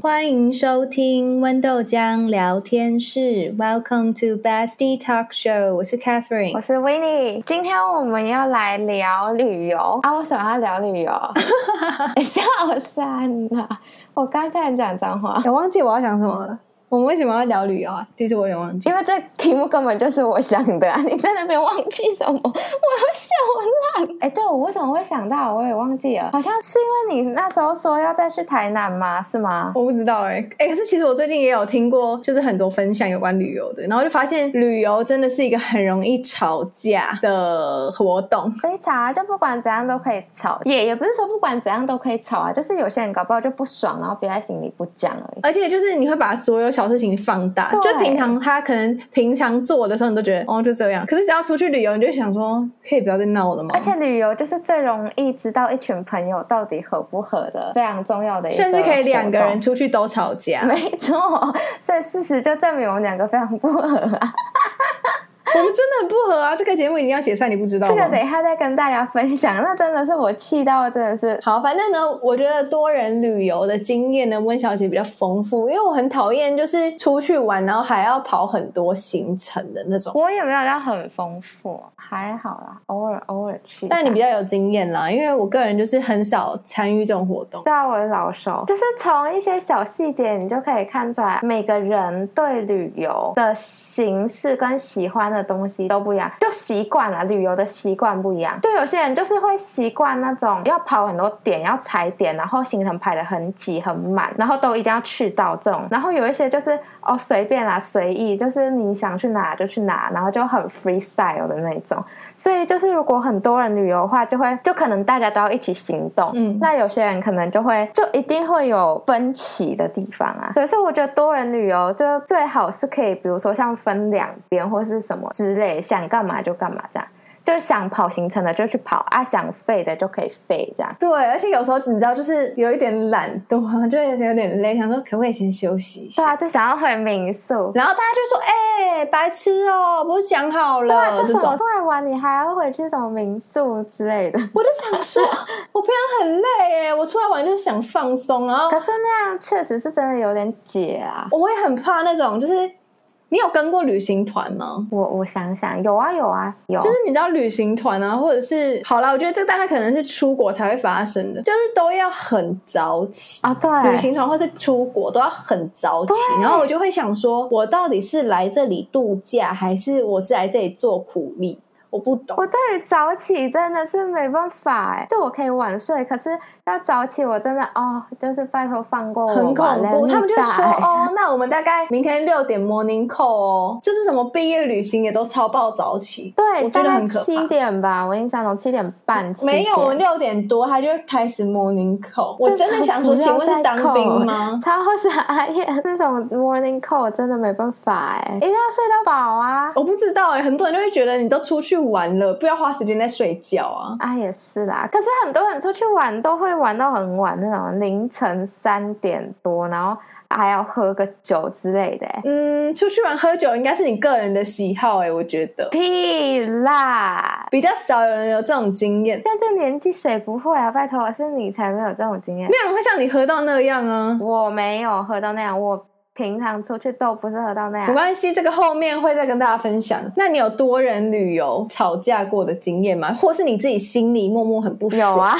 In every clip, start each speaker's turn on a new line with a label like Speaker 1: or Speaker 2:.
Speaker 1: 欢迎收听温豆浆聊天室，Welcome to Bestie Talk Show，我是 Catherine
Speaker 2: 我。是 w i n n i 今天我们要来聊旅游啊！为什么要聊 旅游？,笑死安娜！我刚才讲脏话，
Speaker 1: 我忘记我要讲什么了。我们为什么要聊旅游啊？其实我有点忘记。
Speaker 2: 因为这题目根本就是我想的啊！ 你在那边忘记什么？我要笑烂！哎，对我为什么会想到？我也忘记了，好像是因为你那时候说要再去台南吗？是吗？
Speaker 1: 我不知道哎、哎、可是其实我最近也有听过，就是很多分享有关旅游的，然后就发现旅游真的是一个很容易吵架的活动。
Speaker 2: 可以吵啊，就不管怎样都可以吵，也也不是说不管怎样都可以吵啊，就是有些人搞不好就不爽，然后憋在心里不讲而已。
Speaker 1: 而且就是你会把所有小事情放大，
Speaker 2: 对
Speaker 1: 就平常他可能平常做的时候，你都觉得哦就这样，可是只要出去旅游，你就会想说可以不要再闹了吗
Speaker 2: 而？且旅游就是最容易知道一群朋友到底合不合的，非常重要的一个
Speaker 1: 甚至可以两个
Speaker 2: 活
Speaker 1: 人
Speaker 2: 动。
Speaker 1: 出去都吵架，
Speaker 2: 没错，所以事实就证明我们两个非常不合啊。
Speaker 1: 我们真的很不合啊！这个节目已经要解散，你不知道
Speaker 2: 这
Speaker 1: 吗？
Speaker 2: 个等一下再跟大家分享。那真的是我气到，真的是
Speaker 1: 好，反正呢，我觉得多人旅游的经验呢，温小姐比较丰富，因为我很讨厌就是出去玩，然后还要跑很多行程的那 种。
Speaker 2: 我也没有到很丰富，还好啦，偶尔偶尔去一下。
Speaker 1: 但你比较有经验啦，因为我个人就是很少参与这种活动
Speaker 2: 知。道我的老手，就是从一些小细节，你就可以看出来每个人对旅游的形式跟喜欢的东西都不一样，就习惯了旅游的习惯不一样。就有些人就是会习惯那种要跑很多点，要踩点，然后行程排的很挤很满，然后都一定要去到这种。然后有一些就是哦随便啦，随意，就是你想去哪就去哪，然后就很 freestyle 的那种。所以就是如果很多人旅游的话，就会就可能大家都要一起行动，
Speaker 1: 嗯
Speaker 2: 那有些人可能就会就一定会有分歧的地方啊。对，所以我觉得多人旅游就最好是可以，比如说像分两边或是什么之类，想干嘛就干嘛这样。就想跑行程的就去跑啊，想废的就可以废这样。
Speaker 1: 对，而且有时候你知道，就是有一点懒惰，就有点累，想说可不可以先休息一
Speaker 2: 对
Speaker 1: 下。
Speaker 2: 啊，就想要回民宿。
Speaker 1: 然后大家就说：“哎、白痴哦、不是讲好了？”
Speaker 2: 啊就
Speaker 1: 啊这
Speaker 2: 什么
Speaker 1: 种哦
Speaker 2: 出来玩，你还要回去什么民宿之类的。
Speaker 1: 我就想说，我平常很累哎，我出来玩就是想放松，然后
Speaker 2: 可是那样确实是真的有点解啊。
Speaker 1: 我也很怕那种，就是你有跟过旅行团吗？
Speaker 2: 我我想想，有啊有啊有。
Speaker 1: 就是你知道旅行团啊，或者是好啦，我觉得这大概可能是出国才会发生的，就是都要很早起。
Speaker 2: 啊、对，
Speaker 1: 旅行团或是出国都要很早起，然后我就会想说，我到底是来这里度假，还是我是来这里做苦力？我不懂。
Speaker 2: 我对于早起真的是没办法哎，就我可以晚睡，可是要早起我真的哦，就是拜托放过我吧，
Speaker 1: 很恐怖，
Speaker 2: 人
Speaker 1: 他们就会说
Speaker 2: 大欸
Speaker 1: 哦，那我们大概明天六点 morning call 哦，就是什么毕业旅行也都超爆早起，
Speaker 2: 对，
Speaker 1: 我觉
Speaker 2: 大
Speaker 1: 得
Speaker 2: 概
Speaker 1: 很可
Speaker 2: 七
Speaker 1: 怕。
Speaker 2: 点吧，我印象中七点半，7
Speaker 1: 没有，我
Speaker 2: 点
Speaker 1: 六点多他就会开始 morning call，我真的想说，
Speaker 2: 不要
Speaker 1: 请问是
Speaker 2: 再
Speaker 1: 当
Speaker 2: call
Speaker 1: 兵
Speaker 2: 了
Speaker 1: 吗？
Speaker 2: 超傻眼，那种 morning call 真的没办法哎，一定要睡到饱啊！
Speaker 1: 我不知道哎、很多人就会觉得你都出去玩了，不要花时间在睡觉啊。
Speaker 2: 啊，也是啦。可是很多人出去玩都会玩到很晚，那种凌晨三点多，然后还要喝个酒之类的欸。
Speaker 1: 嗯，出去玩喝酒应该是你个人的喜好哎、我觉得
Speaker 2: 屁啦！
Speaker 1: 比较少有人有这种经验，
Speaker 2: 但这年纪谁不会啊？拜托，是你才没有这种经验
Speaker 1: 没。有人会像你喝到那样啊。
Speaker 2: 我没有喝到那样，我平常出去都不是喝到那
Speaker 1: 没
Speaker 2: 样。
Speaker 1: 关系，这个后面会再跟大家分享。那你有多人旅游吵架过的经验吗？或是你自己心里默默很不爽？
Speaker 2: 有，啊，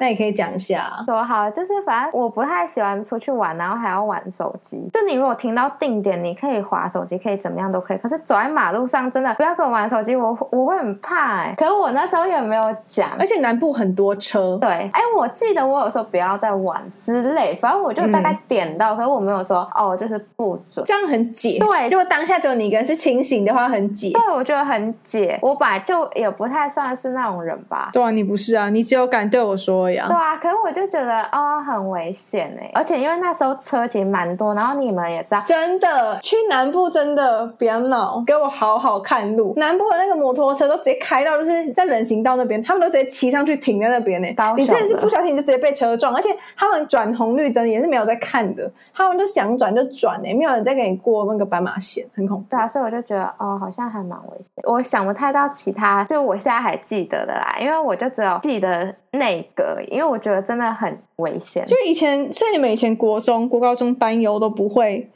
Speaker 1: 那也可以讲一下。啊
Speaker 2: 说好，就是反正我不太喜欢出去玩，然后还要玩手机。就你如果停到定点，你可以划手机，可以怎么样都可以。可是走在马路上，真的不要跟我玩手机，我我会很怕哎、可是我那时候也没有讲，
Speaker 1: 而且南部很多车，
Speaker 2: 对，哎，我记得我有说不要再玩之类，反正我就大概点到，可是我没有说哦，就是不准。
Speaker 1: 这样很解。
Speaker 2: 对
Speaker 1: 如果当下只有你一个人是清醒的话，很解。
Speaker 2: 对，我觉得很解。我本来就也不太算是那种人吧。
Speaker 1: 对啊，你不是啊，你只有敢对我说而已
Speaker 2: 对
Speaker 1: 啊。
Speaker 2: 啊，可是我就觉得哦，很危险哎，而且因为那时候车其实蛮多，然后你们也知道，
Speaker 1: 真的，去南部真的不要闹，给我好好看路。南部的那个摩托车都直接开到就是在人行道那边，他们都直接骑上去停在那边呢、
Speaker 2: 高
Speaker 1: 你
Speaker 2: 雄
Speaker 1: 真的是
Speaker 2: 的
Speaker 1: 不小心你就直接被车撞，而且他们转红绿灯也是没有在看的，他们就想转就转欸呢、没有人在给你过那个斑马线，很恐怖
Speaker 2: 对。啊，所以我就觉得哦，好像还蛮危险。我想不太到其他，就我现在还记得的啦，因为我就只有记得那个，可以，因为我觉得真的很危险。
Speaker 1: 就以前，所以你们以前国中、国高中班游都不会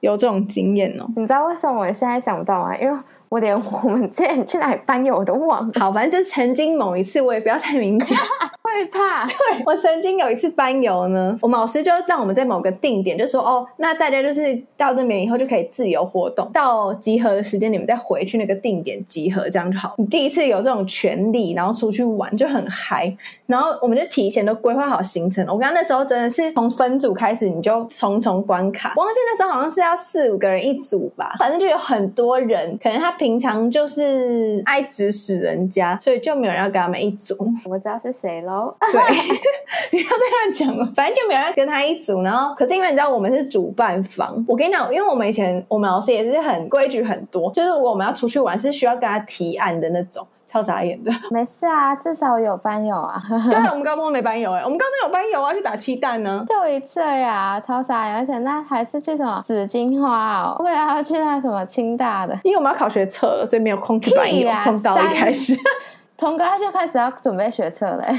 Speaker 1: 有这种经验哦。
Speaker 2: 你知道为什么我现在想不到吗？因为我连我们之前去哪里班友我都忘了，
Speaker 1: 好，反正就是曾经某一次，我也不要太明讲。
Speaker 2: 会怕。
Speaker 1: 对 我曾经有一次班游呢，我们老师就让我们在某个定点，就说哦，那大家就是到那边以后就可以自由活动，到集合的时间你们再回去那个定点集合，这样就好。你第一次有这种权利，然后出去玩就很嗨，然后我们就提前都规划好行程。我刚刚那时候真的是从分组开始，你就重重关卡。我忘记那时候好像是要四五个人一组吧，反正就有很多人，可能他平常就是爱指使人家，所以就没有人要跟他们一组。
Speaker 2: 我知道是谁喽，
Speaker 1: 对，你不要再乱讲了。反正就没有人跟他一组，然后可是因为你知道我们是主办方，我跟你讲，因为我们以前我们老师也是很规矩很多，就是我们要出去玩是需要跟他提案的那种，超傻眼的。
Speaker 2: 没事啊，至少有班友啊，
Speaker 1: 对啊，我们高中没班游哎、我们高中有班游啊，去打气弹呢、
Speaker 2: 就一次呀、啊，超傻眼，而且那还是去什么紫荆花哦，未来还要去那什么清大的，
Speaker 1: 因为我们要考学测了，所以没有空去班
Speaker 2: 屁
Speaker 1: 游
Speaker 2: 呀，
Speaker 1: 从高一开始。
Speaker 2: 从高就开始要准备学测嘞、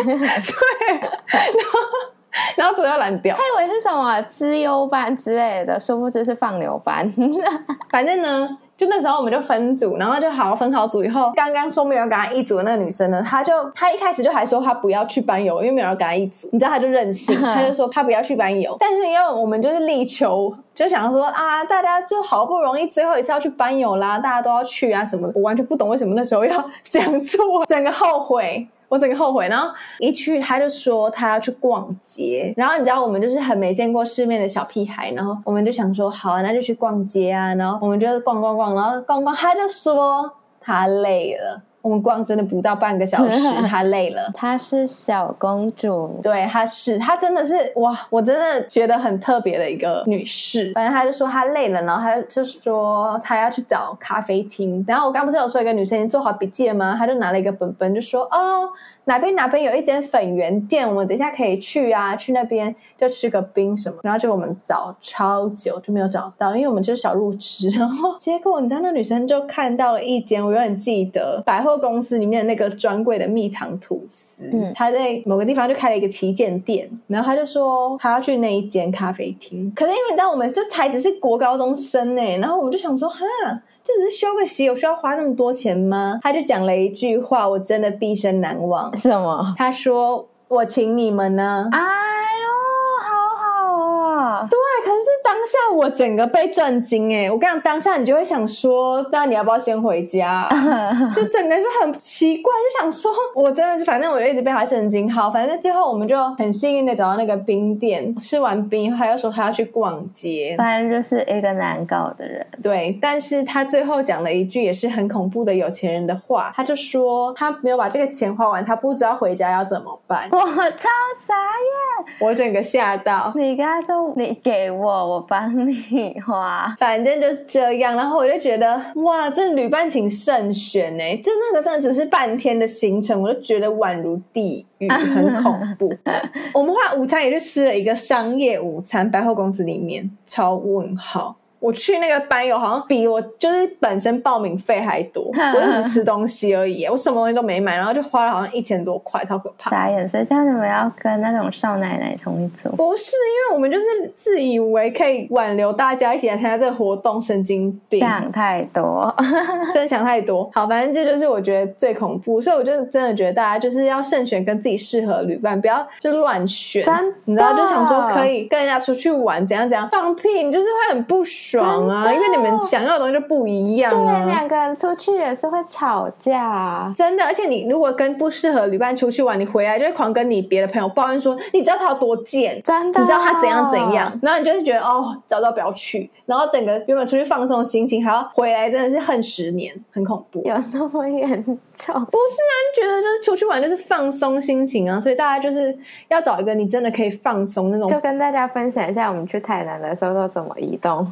Speaker 1: 然后所以要蓝调
Speaker 2: 他。以为是什么资优班之类的，殊不知是放牛班。
Speaker 1: 反正呢，就那时候我们就分组，然后就好好分好组以后，刚刚说没有人跟他一组的那个女生呢，她就她一开始就还说她不要去班游，因为没有人跟她一组，你知道她就任性，她就说她不要去班游。但是因为我们就是力求，就想说啊，大家就好不容易最后一次要去班游啦，大家都要去啊什么的，我完全不懂为什么那时候要这样做，整个后悔。我整个后悔，然后一去他就说他要去逛街，然后你知道我们就是很没见过世面的小屁孩，然后我们就想说好、啊，那就去逛街啊，然后我们就逛逛逛，然后逛逛，他就说他累了，我们逛真的不到半个小时，他累了。
Speaker 2: 她是小公主，
Speaker 1: 对，她是，她真的是哇，我真的觉得很特别的一个女士。反正她就说她累了，然后她就说她要去找咖啡厅。然后我刚不是有说一个女生已经做好笔记了吗？她就拿了一个本本，就说哦，哪边哪边有一间粉圆店，我们等一下可以去啊，去那边就吃个冰什么。然后就我们找超久就没有找到，因为我们就是小路痴。然后结果你知道那女生就看到了一间，我永远记得百货公司里面那个专柜的蜜糖吐司，
Speaker 2: 嗯
Speaker 1: 她在某个地方就开了一个旗舰店，然后她就说她要去那一间咖啡厅。可是因为你知道，我们就才只是国高中生呢、然后我们就想说哈。就只是修个习，有需要花那么多钱吗？她就讲了一句话，我真的毕生难忘。
Speaker 2: 什么？
Speaker 1: 他说：“我请你们呢。
Speaker 2: 哎呦，好好哦！
Speaker 1: 对，可是当下我整个被震惊哎、我跟你讲，当下你就会想说，那你要不要先回家？就整个就很奇怪，就想说，我真的是，反正我就一直被他震惊。好，反正最后我们就很幸运的找到那个冰店，吃完冰以后，他又说他要去逛街。
Speaker 2: 反正就是一个难搞的人，
Speaker 1: 对，但是他最后讲了一句也是很恐怖的有钱人的话，他就说他没有把这个钱花完，他不知道回家要怎么办。
Speaker 2: 我超傻眼。
Speaker 1: 我整个吓到，
Speaker 2: 你跟他说你给我，我帮你花，
Speaker 1: 反正就是这样，然后我就觉得哇，这旅伴请慎选哎、就那个真的只是半天的行程，我就觉得宛如地狱，很恐怖。我们后来午餐也去吃了一个商业午餐，百货公司里面，超问号。我去那个班友好像比我就是本身报名费还多，我就只吃东西而已欸，我什么东西都没买，然后就花了好像一千多块，超可 怕。
Speaker 2: 傻眼。所以这样你们要跟那种少奶奶同一组，
Speaker 1: 不是，因为我们就是自以为可以挽留大家一起来参加这个活动，神经病。
Speaker 2: 想太 多。
Speaker 1: 真的想太多。好，反正这就是我觉得最恐怖，所以我就真的觉得大家就是要慎选跟自己适合的旅伴，不要就乱选。
Speaker 2: 真的
Speaker 1: 你知道，就想说可以跟人家出去玩，怎样怎样，放屁，你就是会很不爽啊，
Speaker 2: 真的
Speaker 1: 因为你们想要的东西就不一样
Speaker 2: 就连
Speaker 1: 啊。
Speaker 2: 两个人出去也是会吵架、啊。
Speaker 1: 真的，而且你如果跟不适合的旅伴出去玩，你回来就会狂跟你别的朋友抱怨说，你知道他有多贱，
Speaker 2: 真的，啊
Speaker 1: 你知道他怎样怎样，，然后你就会觉得哦，早知道不要去，然后整个原本出去放松的心情还要回来，真的是恨十年，很恐怖。
Speaker 2: 有那么严重？
Speaker 1: 不是啊，你觉得就是出去玩就是放松心情啊，所以大家就是要找一个你真的可以放松那种。
Speaker 2: 就跟大家分享一下，我们去台南的时候都怎么移动。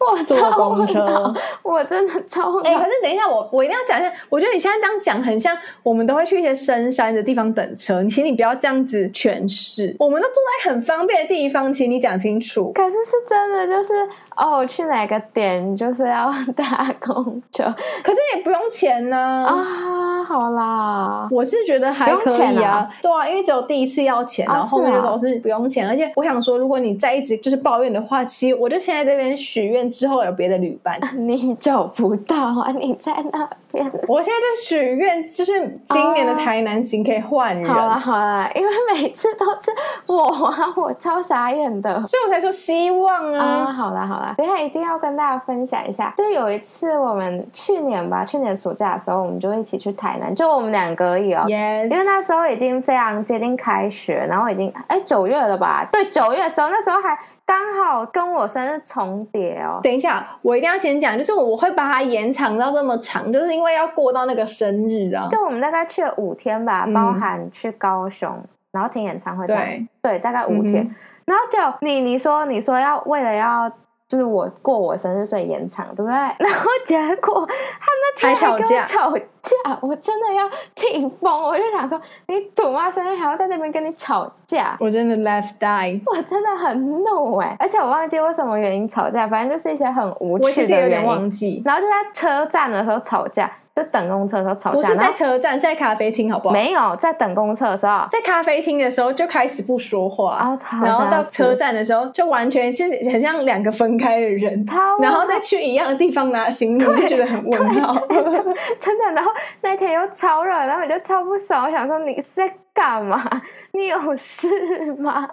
Speaker 2: 我
Speaker 1: 坐
Speaker 2: 超
Speaker 1: 公车
Speaker 2: 恼我真的超
Speaker 1: 哎、
Speaker 2: 恼
Speaker 1: 可是等一下，我我一定要讲一下。我觉得你现在这样讲，很像我们都会去一些深山的地方等车。你请你不要这样子诠释，我们都住在很方便的地方，请你讲清楚。
Speaker 2: 可是是真的，就是哦，去哪个点就是要搭公车
Speaker 1: 可是也不用钱呢、
Speaker 2: 啊，好啦，
Speaker 1: 我是觉得还可
Speaker 2: 不用
Speaker 1: 以
Speaker 2: 钱
Speaker 1: 啊，
Speaker 2: 啊
Speaker 1: 对啊，因为只有第一次要钱，然后后面
Speaker 2: 是
Speaker 1: 就
Speaker 2: 啊
Speaker 1: 都是不用钱。而且我想说，如果你再一直就是抱怨的话，其实我就现在这边许愿，之后有别的旅伴。
Speaker 2: 你找不到啊，你在那边。啊
Speaker 1: 我现在就许愿，就是今年的
Speaker 2: 哦
Speaker 1: 台南行可以换人，
Speaker 2: 好啊啦好啦，因为每次都是我啊， 我超傻眼的。
Speaker 1: 所以我才说希望
Speaker 2: 啊、
Speaker 1: 啊。
Speaker 2: 好啦好啦，等一下一定要跟大家分享一下。就有一次我们去年吧，去年暑假的时候，我们就一起去台南，就我们两个而已哦。
Speaker 1: yes，
Speaker 2: 因为那时候已经非常接近开学，然后已经哎九月了吧？对，九月的时候，那时候还刚好跟我生日重叠哦。
Speaker 1: 等一下，我一定要先讲，就是我会把它延长到这么长，就是因为要过到那个生日啊。
Speaker 2: 就我们大概去了五天吧，
Speaker 1: 嗯
Speaker 2: 包含去高雄，然后听演唱会这样，
Speaker 1: 对
Speaker 2: 对，大概五天。
Speaker 1: 嗯
Speaker 2: 然后就你你说你说要为了要就是我过我生日所以延长，对不对？ 然后结果他那天
Speaker 1: 还吵
Speaker 2: 跟
Speaker 1: 架
Speaker 2: 我吵架，我真的要气疯，我就想说你土妈生日还要在这边跟你吵架。
Speaker 1: 我真的 left die。
Speaker 2: 我真的很怒哎、而且我忘记为什么原因吵架，反正就是一些很无
Speaker 1: 我
Speaker 2: 趣
Speaker 1: 其实也
Speaker 2: 的
Speaker 1: 有点
Speaker 2: 原因。
Speaker 1: 忘记，
Speaker 2: 然后就在车站的时候吵架，就等公车的时候吵架，
Speaker 1: 不是
Speaker 2: 然后
Speaker 1: 在车站，是在咖啡厅，好不好？
Speaker 2: 没有在等公车的时候，
Speaker 1: 在咖啡厅的时候就开始不说话，
Speaker 2: 哦好
Speaker 1: 然后到
Speaker 2: 的
Speaker 1: 车站的时候就完全就是很像两个分开的人，
Speaker 2: 超
Speaker 1: 然后再去一样的地方拿行李，就觉得很问号。
Speaker 2: 真的，然后那天又超热，然后我就超不爽，我想说你是在干嘛？ 你有事吗？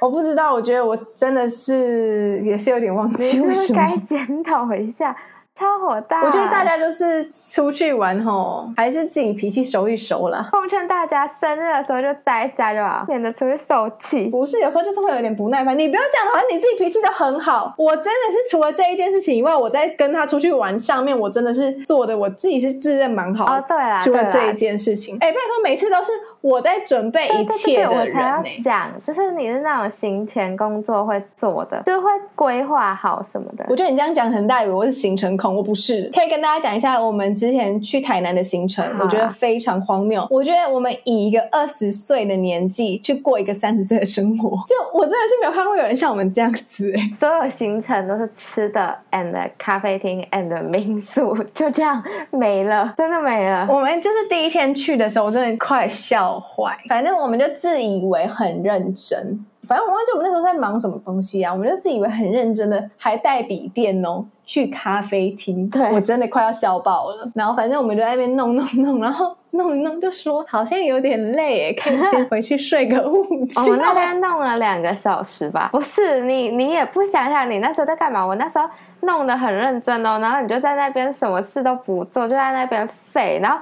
Speaker 1: 我不知道，我觉得我真的是也是有点忘
Speaker 2: 你
Speaker 1: 记
Speaker 2: 是不
Speaker 1: 为
Speaker 2: 是
Speaker 1: 什
Speaker 2: 该
Speaker 1: 么。
Speaker 2: 检讨一下？超火大！
Speaker 1: 我觉得大家就是出去玩吼，还是自己脾气收一收啦。
Speaker 2: 奉劝大家生日的时候就待在家就好，免得出去受气。
Speaker 1: 不是，有时候就是会有点不耐烦。你不要讲的好像你自己脾气都很好。我真的是除了这一件事情以外，我在跟他出去玩上面，我真的是做的我自己是自认蛮好的。
Speaker 2: 哦，对啦，
Speaker 1: 除了
Speaker 2: 对
Speaker 1: 这
Speaker 2: 啦
Speaker 1: 一件事情，哎、拜托，每次都是我在准备
Speaker 2: 对
Speaker 1: 一
Speaker 2: 对
Speaker 1: 切
Speaker 2: 对对，我
Speaker 1: 的人
Speaker 2: 才
Speaker 1: 呢、
Speaker 2: 要讲，就是你是那种行前工作会做的，就是会规划好什么的。
Speaker 1: 我觉得你这样讲，很大以为我是行程控，我不是。可以跟大家讲一下我们之前去台南的行程
Speaker 2: 好，啊
Speaker 1: 我觉得非常荒谬。我觉得我们以一个二十岁的年纪去过一个三十岁的生活，就我真的是没有看过有人像我们这样子、哎
Speaker 2: 所有行程都是吃的 and 咖啡厅 and 民宿，就这样没了，真的没了。
Speaker 1: 我们就是第一天去的时候，我真的快笑坏。反正我们就自以为很认真，反正我忘记我们那时候在忙什么东西啊，我们就自以为很认真的，还带笔电哦。去咖啡厅，
Speaker 2: 对
Speaker 1: 我真的快要笑爆了。然后反正我们就在那边弄弄弄，然后弄一弄就说好像有点累耶，可以先回去睡个午觉。
Speaker 2: 哦 我们那边弄了两个小时吧，不是你，你也不想想你那时候在干嘛？我那时候弄得很认真哦，然后你就在那边什么事都不做，就在那边废，然后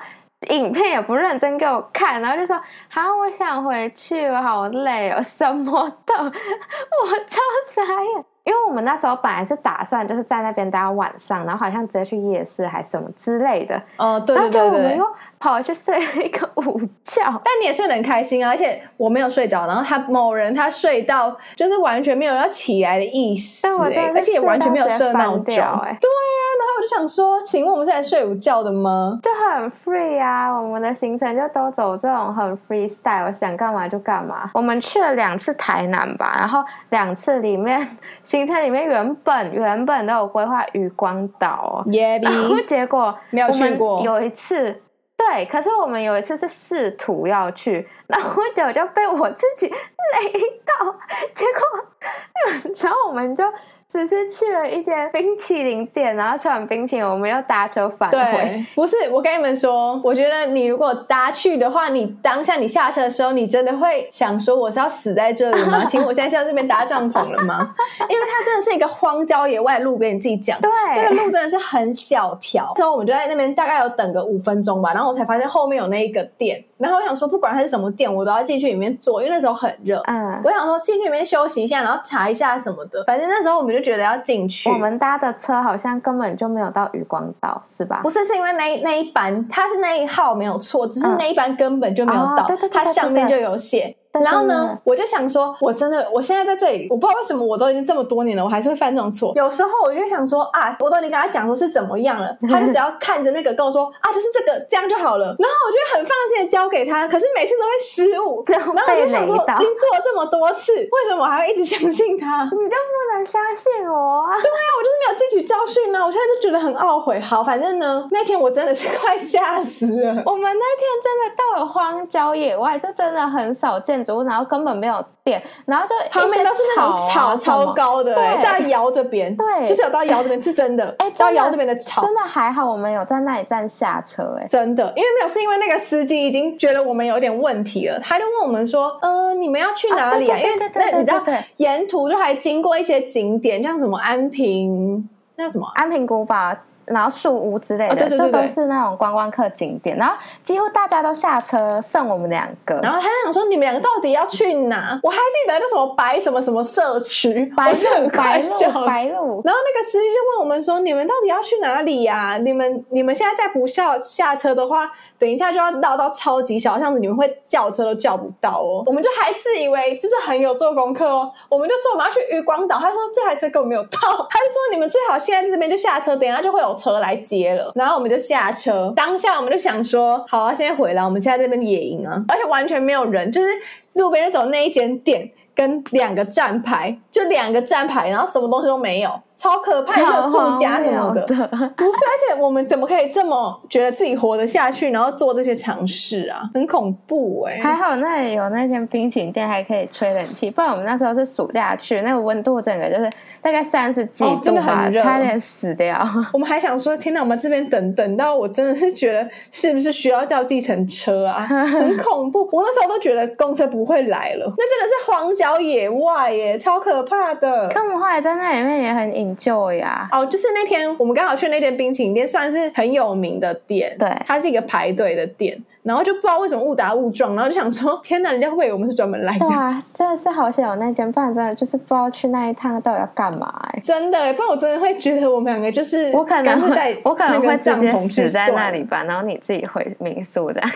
Speaker 2: 影片也不认真给我看，然后就说好，我想回去，我好累哦，什么的， 我超傻眼。因为我们那时候本来是打算就是在那边待到晚上，然后好像直接去夜市还什么之类的，
Speaker 1: 哦，对对
Speaker 2: 然后
Speaker 1: 对
Speaker 2: 结果我们
Speaker 1: 对。
Speaker 2: 又跑去睡了一个午觉。
Speaker 1: 但你也睡得很开心啊，而且我没有睡着，然后他某人他睡到就是完全没有要起来的意思、欸，
Speaker 2: 但我真的是
Speaker 1: 而且也完全没有设闹
Speaker 2: 睡到直
Speaker 1: 钟、
Speaker 2: 接翻掉欸
Speaker 1: 对啊，然后我就想说，请问我们是来睡午觉的 吗？
Speaker 2: 就很 free 啊，我们的行程就都走这种很 freestyle，想干嘛就干嘛。我们去了两次台南吧，然后两次里面行程里面原本原本都有规划渔光岛、哦，
Speaker 1: 耶比
Speaker 2: 然，后结果
Speaker 1: 没有
Speaker 2: 我们
Speaker 1: 去过
Speaker 2: 有一次。对，可是我们有一次是试图要去，然后结果就被我自己雷到，结果你们知道，我们就只是去了一间冰淇淋店，然后吃完冰淇淋，我们又搭车返回。
Speaker 1: 对，不是我跟你们说，我觉得你如果搭去的话，你当下你下车的时候，你真的会想说我是要死在这里吗？请我现在是要这边搭帐篷了吗？因为它真的是一个荒郊野外路边，你自己讲。
Speaker 2: 对，
Speaker 1: 那个路真的是很小条，之后我们就在那边大概有等个五分钟吧，然后我才发现后面有那一个店，然后我想说不管它是什么店，我都要进去里面坐，因为那时候很热。
Speaker 2: 嗯，
Speaker 1: 我想说进去里面休息一下，然后查一下什么的，反正那时候我们就觉得要进去。
Speaker 2: 我们搭的车好像根本就没有到渔光岛，是吧？
Speaker 1: 不是是因为那一那一班它是那一号没有错，只是
Speaker 2: 嗯
Speaker 1: 那一班根本就没有
Speaker 2: 哦
Speaker 1: 到，
Speaker 2: 对对对
Speaker 1: 它
Speaker 2: 对
Speaker 1: 上面就有写。
Speaker 2: 对
Speaker 1: 然后呢
Speaker 2: 对，
Speaker 1: 我就想说，我真的，我现在在这里，我不知道为什么我都已经这么多年了，我还是会犯这种错。有时候我就会想说啊，我都已经跟他讲说是怎么样了，他就只要看着那个跟我说啊，就是这个这样就好了。然后我就很放心的交给他，可是每次都会失 误。
Speaker 2: 就
Speaker 1: 然后我就
Speaker 2: 被
Speaker 1: 想
Speaker 2: 雷
Speaker 1: 说，已
Speaker 2: 到，
Speaker 1: 经做了这么多次，为什么我还会一直相信他？
Speaker 2: 你就不能相信我啊？
Speaker 1: 我就是没有汲取教训啊呢、我现在就觉得很懊悔。好，反正呢，那天我真的是快吓死 了。
Speaker 2: 我们那天真的到了荒郊野外，就真的很少建筑物，然后根本没有电，然后就
Speaker 1: 旁边都是那种
Speaker 2: 草
Speaker 1: 草
Speaker 2: 啊什
Speaker 1: 超
Speaker 2: 么。
Speaker 1: 高哎的、欸，
Speaker 2: 对
Speaker 1: 到摇这边，
Speaker 2: 对
Speaker 1: 就是有到摇这边是真的，
Speaker 2: 哎真的
Speaker 1: 到摇这边的草
Speaker 2: 真的还好，我们有在那里站下车、哎，
Speaker 1: 真的，因为没有是因为那个司机已经觉得我们有点问题了，他就问我们说，呃，你们要去哪里啊？
Speaker 2: 哦
Speaker 1: 因为
Speaker 2: 对对对对
Speaker 1: 那
Speaker 2: 对
Speaker 1: 你知道
Speaker 2: 对对对
Speaker 1: 沿途就还经过一些景点，像什么安平，那叫什么啊？
Speaker 2: 安平古堡，然后树屋之类的，
Speaker 1: 哦对对对
Speaker 2: 就
Speaker 1: 对
Speaker 2: 都是那种观光客景点。然后几乎大家都下车，剩我们两个。
Speaker 1: 然后他就想说，你们两个到底要去哪？我还记得那什么白什么什么社区，
Speaker 2: 白
Speaker 1: 我是很
Speaker 2: 鹿，
Speaker 1: 快
Speaker 2: 白
Speaker 1: 笑死
Speaker 2: 鹿，白鹿，
Speaker 1: 然后那个司机就问我们说：“你们到底要去哪里呀、你们你们现在再不下下车的话，等一下就要绕到超级小巷子，你们会叫车都叫不到哦。”我们就还自以为就是很有做功课哦，我们就说我们要去渔光岛，他说这台车根本没有到，他就说你们最好现在在这边就下车，等一下就会有车来接了。然后我们就下车，当下我们就想说：“好啊，现在回来，我们现在这边野营啊，而且完全没有人，就是路边就走那一间店。”跟两个站牌，就两个站牌，然后什么东西都没有，超可怕，没有住家什么的
Speaker 2: 超。荒谬的
Speaker 1: 不是，而且我们怎么可以这么觉得自己活得下去，然后做这些尝试啊？很恐怖哎、
Speaker 2: 还好那里有那间冰淇淋店，还可以吹冷气，不然我们那时候是暑假去，那个温度整个就是大概三十几
Speaker 1: 哦真
Speaker 2: 度
Speaker 1: 的
Speaker 2: 吧，
Speaker 1: 很热
Speaker 2: 差点死掉。
Speaker 1: 我们还想说，天哪，我们这边等等到我真的是觉得是不是需要叫计程车 啊？很恐怖，我那时候都觉得公车不会来了，那真的是荒郊野外耶，超可怕的。
Speaker 2: 可我们后来在那里面也很 enjoy 啊呀、
Speaker 1: 哦，就是那天我们刚好去那间冰淇淋店，算是很有名的店，
Speaker 2: 对
Speaker 1: 它是一个排队的店，然后就不知道为什么误打误撞，然后就想说，天哪，人家会不会以为我们是专门来的
Speaker 2: 对？啊，真的是好想有那间，不然真的就是不知道去那一趟到底要干嘛、哎。
Speaker 1: 真的耶，不然我真的会觉得我们两个就是，
Speaker 2: 我可
Speaker 1: 干
Speaker 2: 能
Speaker 1: 脆
Speaker 2: 会
Speaker 1: 带，
Speaker 2: 我可能
Speaker 1: 那
Speaker 2: 会
Speaker 1: 个
Speaker 2: 直
Speaker 1: 帐
Speaker 2: 接
Speaker 1: 篷去
Speaker 2: 死在
Speaker 1: 算
Speaker 2: 那
Speaker 1: 了
Speaker 2: 里吧，然后你自己回民宿这样。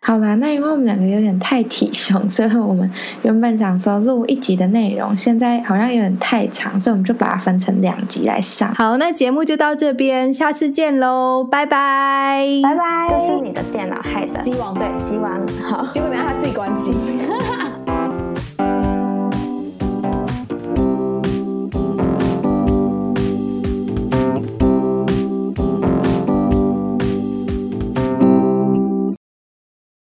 Speaker 2: 好啦，那因为我们两个有点太体雄，所以我们原本想说录一集的内容，现在好像有点太长，所以我们就把它分成两集来上。
Speaker 1: 好，那节目就到这边，下次见喽，拜拜，
Speaker 2: 拜。拜，都是你的电脑害的，
Speaker 1: 鸡王
Speaker 2: 对，鸡王好。
Speaker 1: 结果等一下他自己关机。